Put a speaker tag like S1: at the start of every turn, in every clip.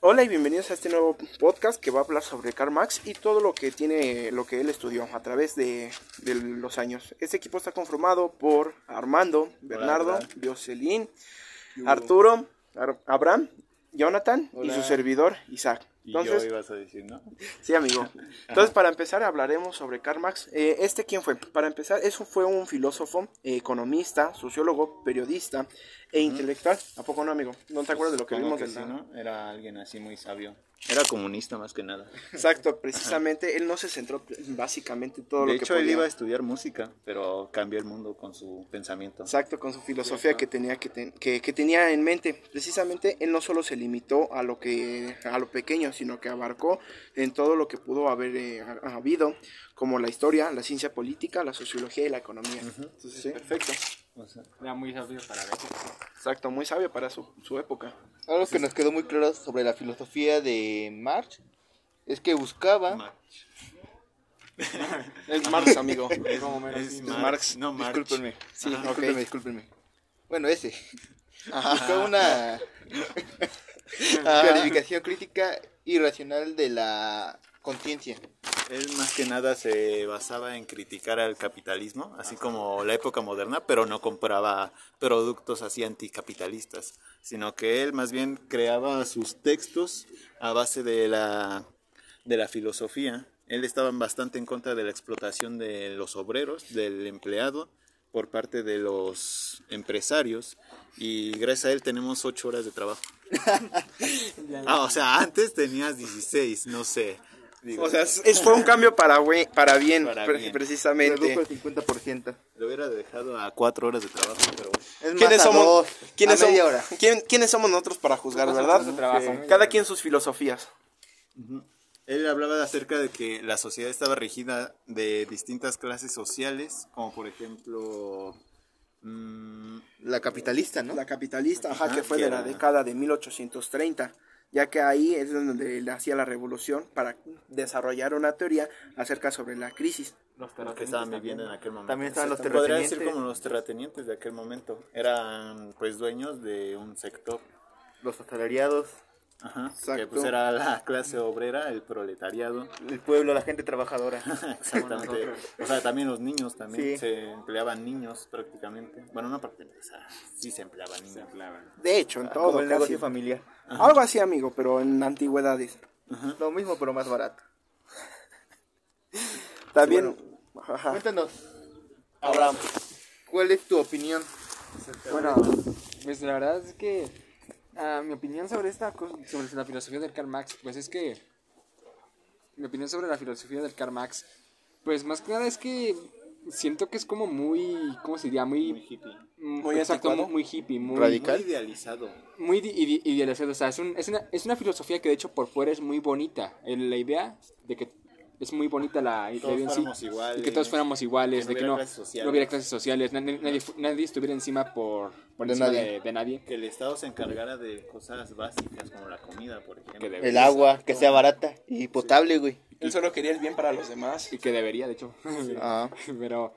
S1: Hola y bienvenidos a este nuevo podcast que va a hablar sobre Karl Marx y todo lo que tiene, lo que él estudió a través de, de los años. Este equipo está conformado por Armando, Bernardo,
S2: hola.
S1: Jocelyn,
S2: Hugo.
S1: Arturo, Ar- Abraham, Jonathan y
S2: Hola.
S1: su servidor Isaac. Entonces,
S2: y yo ibas a decir, ¿no?
S1: Sí, amigo. Entonces, para empezar, hablaremos sobre Karl Marx. Eh, ¿Este quién fue? Para empezar, eso fue un filósofo, eh, economista, sociólogo, periodista e intelectual. ¿A poco no, amigo? ¿No te acuerdas de lo que
S2: Supongo
S1: vimos del
S2: sí, ¿no? Era alguien así muy sabio. Era comunista más que nada.
S1: Exacto, precisamente. Él no se centró básicamente en todo
S2: de
S1: lo que
S2: hecho, él
S1: podía.
S2: iba a estudiar música, pero cambió el mundo con su pensamiento.
S1: Exacto, con su filosofía que tenía, que, ten- que, que tenía en mente. Precisamente él no solo se limitó a lo que a lo pequeño, sino que abarcó en todo lo que pudo haber eh, ha- habido, como la historia, la ciencia política, la sociología y la economía. Entonces, perfecto.
S2: O sea,
S3: Era muy sabio para ver.
S1: Exacto, muy sabio para su, su época.
S4: Algo que nos quedó muy claro sobre la filosofía de Marx es que buscaba.
S1: Es Marx, amigo.
S3: Como menos
S1: Marx.
S5: No, Marx.
S4: Discúlpenme,
S1: Sí, ok.
S4: discúlpenme, discúlpenme. Bueno, ese. Buscaba una Ah. clarificación crítica y racional de la conciencia.
S5: Él más que nada se basaba en criticar al capitalismo, así como la época moderna, pero no compraba productos así anticapitalistas, sino que él más bien creaba sus textos a base de la, de la filosofía. Él estaba bastante en contra de la explotación de los obreros, del empleado, por parte de los empresarios, y gracias a él tenemos ocho horas de trabajo. Ah, o sea, antes tenías 16, no sé. Digo,
S1: O sea, es- es- fue un cambio para, we- para bien,
S5: Para
S1: pre-
S5: bien.
S1: precisamente.
S4: Redujo el 50%.
S5: Lo hubiera dejado a cuatro horas de trabajo, pero bueno.
S4: Es más,
S1: ¿Quiénes
S4: a
S1: somos,
S4: dos,
S1: ¿quiénes,
S4: a media
S1: somos-
S4: hora.
S1: quién- quiénes somos nosotros
S4: Pues
S1: para juzgar, verdad? Sí. Cada quien sus filosofías.
S5: Él hablaba acerca de que la sociedad estaba regida de distintas clases sociales, como por ejemplo... mm,
S4: La capitalista, ¿no?
S1: La capitalista, ajá,
S5: Ajá,
S1: que fue
S5: que
S1: de la
S5: era-
S1: década de 1830, ya que ahí es donde le hacía la revolución para desarrollar una teoría acerca sobre la crisis.
S3: Los
S5: que estaban viviendo en aquel momento.
S4: También estaban los
S5: Podría decir
S4: terratenientes.
S5: como los terratenientes de aquel momento. Eran pues dueños de un sector.
S4: Los asalariados,
S5: Ajá, que
S1: Exacto.
S5: pues era la clase obrera, el proletariado.
S4: el pueblo, la gente trabajadora.
S5: Exactamente. O sea, también los niños también.
S4: Sí.
S5: Se empleaban niños prácticamente. Bueno, no prácticamente, o sea, sí se empleaban niños.
S1: De hecho, en todo
S4: Ah, Como el
S1: casi.
S4: negocio familiar.
S1: Algo así, amigo, pero en antigüedades.
S4: Lo mismo, pero más barato.
S1: También, ajá.
S4: Cuéntanos,
S5: pues,
S4: ¿cuál es tu opinión?
S3: Bueno, pues la verdad es que ah, mi opinión sobre esta cosa, sobre la filosofía del Karl Marx, pues es que mi opinión sobre la filosofía del Karl Marx, pues más que nada es que siento que es como muy, ¿cómo se diría?
S5: Muy
S3: Muy,
S5: hippie.
S3: muy exacto, muy,
S1: anticuado.
S3: muy hippie, muy
S4: Radical.
S5: Muy idealizado.
S3: muy ide- ide- idealizado. O sea, es, un- es una, es una filosofía que de hecho por fuera es muy bonita. El- La idea de que es muy bonita la, la
S5: Todos
S3: idea en sí.
S5: fuéramos iguales.
S3: Y que todos fuéramos iguales,
S5: Que no
S3: de que
S5: hubiera
S3: no,
S5: clases sociales.
S3: no hubiera clases sociales, na- na- nadie, fu- nadie estuviera encima por, por
S4: De
S3: encima
S4: nadie.
S3: De, de nadie.
S5: Que el Estado se encargara de cosas básicas como la comida, por ejemplo.
S3: Que debe-
S4: El agua, que sea barata y potable, güey.
S1: él solo quería el bien para los demás.
S3: Y que debería, de hecho.
S4: Ah.
S3: pero,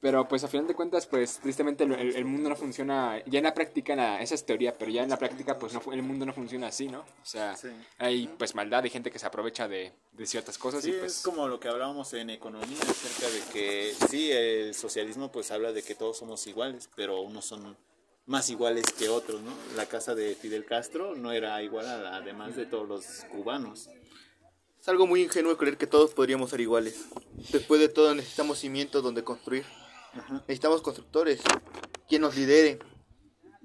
S3: pero pues a final de cuentas, pues tristemente el, el- el mundo no funciona, ya en la práctica, en la- esa es teoría, pero ya en la práctica pues no, fu- el mundo no funciona así, ¿no? O sea,
S5: Sí.
S3: hay pues maldad, hay gente que se aprovecha de, de ciertas cosas
S5: Sí,
S3: y pues...
S5: es como lo que hablábamos en economía acerca de que sí, el socialismo pues habla de que todos somos iguales, pero unos son más iguales que otros, ¿no? La casa de Fidel Castro no era igual a la demás de todos los cubanos.
S4: Es algo muy ingenuo creer que todos podríamos ser iguales. Después de todo necesitamos cimientos donde construir. Necesitamos constructores, quien nos lidere.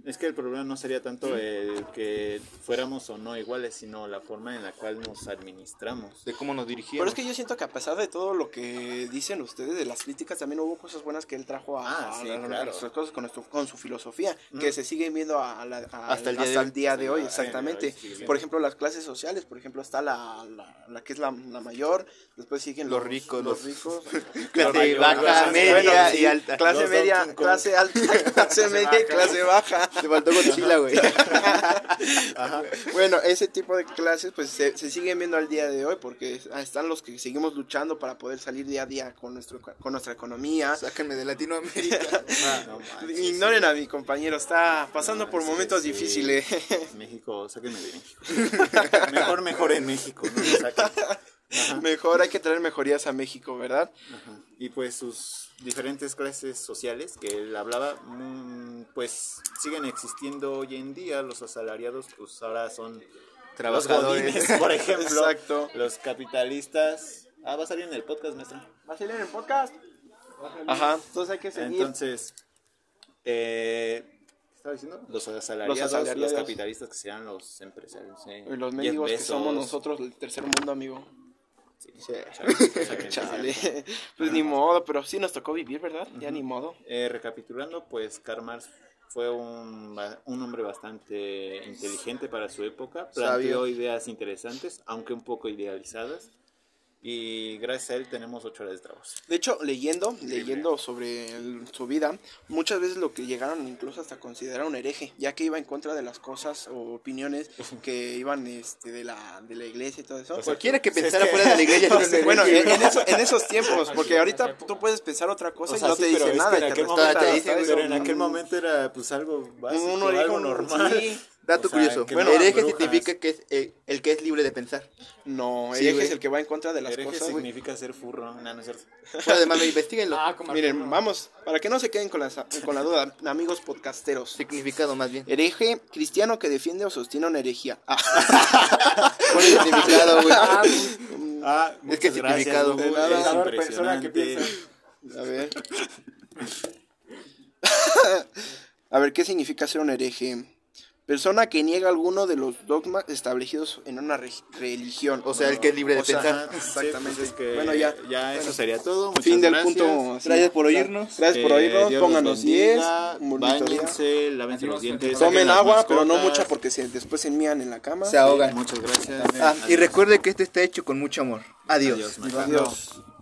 S5: Es que el problema no sería tanto el que fuéramos o no iguales, sino la forma en la cual nos administramos.
S4: de cómo nos dirigimos.
S1: Pero es que yo siento que a pesar de todo lo que dicen ustedes de las críticas, también hubo cosas buenas que él trajo a,
S5: Ah,
S1: a-
S5: sí,
S1: a- a-
S5: claro.
S1: a sus cosas con, su- con su filosofía, que se sigue viendo a- a la- a-
S4: Hasta el día de
S1: día de hoy,
S4: hoy.
S5: Hasta el día de hoy,
S1: exactamente.
S5: sigue viendo.
S1: por ejemplo, las clases sociales, por ejemplo, está la, la, la que es la, la mayor, después siguen
S4: Los ricos,
S1: los
S4: los-
S1: ricos,
S4: clase
S5: Los
S4: baja,
S5: mayores,
S4: media
S1: bueno, sí,
S4: y alta.
S1: clase
S5: Los
S1: media,
S5: Donkey Kong.
S1: clase alta, clase media y clase baja.
S4: Te faltó Godzilla, güey.
S1: Bueno, ese tipo de clases pues se, se siguen viendo al día de hoy porque es- ah, están los que seguimos luchando para poder salir día a día con, nuestro, con nuestra economía.
S4: Sáquenme de Latinoamérica.
S5: No manches,
S1: Ignoren a mi compañero, está pasando por
S5: sí,
S1: momentos
S5: sí.
S1: difíciles.
S5: México, sáquenme de México. Mejor, mejor en México, no nos saquen.
S1: Mejor hay que traer mejorías a México, ¿verdad?
S5: Ajá. Y pues sus diferentes clases sociales que él hablaba, mm, pues siguen existiendo hoy en día. Los asalariados, pues ahora son
S4: Trabajadores.
S5: los godines, por ejemplo.
S1: Exacto.
S5: Los capitalistas. Ah, va a salir en el podcast, maestra.
S1: ¿Va a salir en el podcast? Ajá, entonces hay que seguir.
S5: Entonces, eh, ¿qué estaba diciendo? Los asalariados, los,
S1: asalariados.
S5: capitalistas que serán los empresarios. eh, sí.
S1: Y los
S5: Jeff
S1: mendigos que
S5: Bezos.
S1: somos nosotros, el tercer mundo, amigo.
S5: Sí, chale, chale,
S1: Chale.
S5: chale.
S1: Pues ni modo, pero sí nos tocó vivir, ¿verdad? Ya ni modo.
S5: Eh, recapitulando, pues Karl Marx fue un, ba- un hombre bastante inteligente para su época, planteó
S4: Sabio.
S5: ideas interesantes, aunque un poco idealizadas, y gracias a él tenemos ocho horas de trabajo.
S1: De hecho, leyendo, leyendo sobre el- su vida, muchas veces lo que llegaron incluso hasta considerar un hereje, ya que iba en contra de las cosas o opiniones que iban este, de, la, de la iglesia y todo eso.
S4: Cualquiera que pensara fuera de la iglesia no
S1: Porque,
S4: se
S1: bueno,
S4: ve.
S1: en, en eso- en esos tiempos, porque ahorita tú puedes pensar otra cosa
S5: O sea,
S1: y no
S5: sí,
S1: te
S5: pero
S1: dice
S5: es
S1: nada.
S5: que
S1: y te
S5: en aquel
S1: respeta
S5: momento-
S1: hasta
S4: te dicen,
S1: eso.
S5: Pero en aquel momento era pues algo básico,
S1: Uno dijo,
S5: algo normal.
S1: sí.
S4: Dato
S5: O sea,
S4: curioso.
S5: que
S4: Bueno,
S5: no eran
S4: hereje
S5: brujas.
S4: significa que es eh, el que es libre de pensar.
S1: No,
S4: Sí,
S1: hereje
S4: güey.
S1: es el que va en contra de las
S5: Hereje
S1: cosas. güey.
S5: significa ser furro, no, no es cierto.
S4: Fuera de mame, investiguenlo.
S3: Ah, como
S1: Miren,
S3: Arturo.
S1: vamos, para que no se queden con la, con la duda, amigos podcasteros.
S4: Significado más bien.
S1: Hereje cristiano que defiende o sostiene una herejía. Ah,
S4: ¿Cuál es el significado, güey?
S3: Ah, pues,
S5: Ah, muchas
S4: que
S5: gracias,
S4: significado.
S5: Google,
S4: De
S3: nada.
S5: es
S3: A ver, persona que
S5: impresionante.
S3: piensa.
S1: a ver. a ver, ¿qué significa ser un hereje? Persona que niega alguno de los dogmas establecidos en una re- religión.
S4: O sea, el que es libre de
S5: O sea,
S4: pensar.
S5: ajá,
S1: Exactamente.
S5: sí, pues, es que
S1: Bueno, ya.
S5: eso sería todo. Muchas
S1: fin del
S5: gracias.
S1: punto. así.
S4: Gracias por oírnos.
S1: Gracias por
S5: Eh,
S1: oírnos.
S5: Dios los
S1: Pónganos 10.
S5: bendiga,
S1: un bonito día.
S5: Báñense, lávense los
S3: Adiós,
S5: dientes. saquen
S1: Tomen
S5: las
S1: agua, pero no
S5: mascotas.
S1: mucha porque se, después se envían en la cama.
S4: Se ahogan.
S5: Muchas gracias.
S4: Ah, y
S5: Adiós.
S4: recuerde que este está hecho con mucho amor. Adiós.
S5: Adiós, maestro.
S1: Adiós.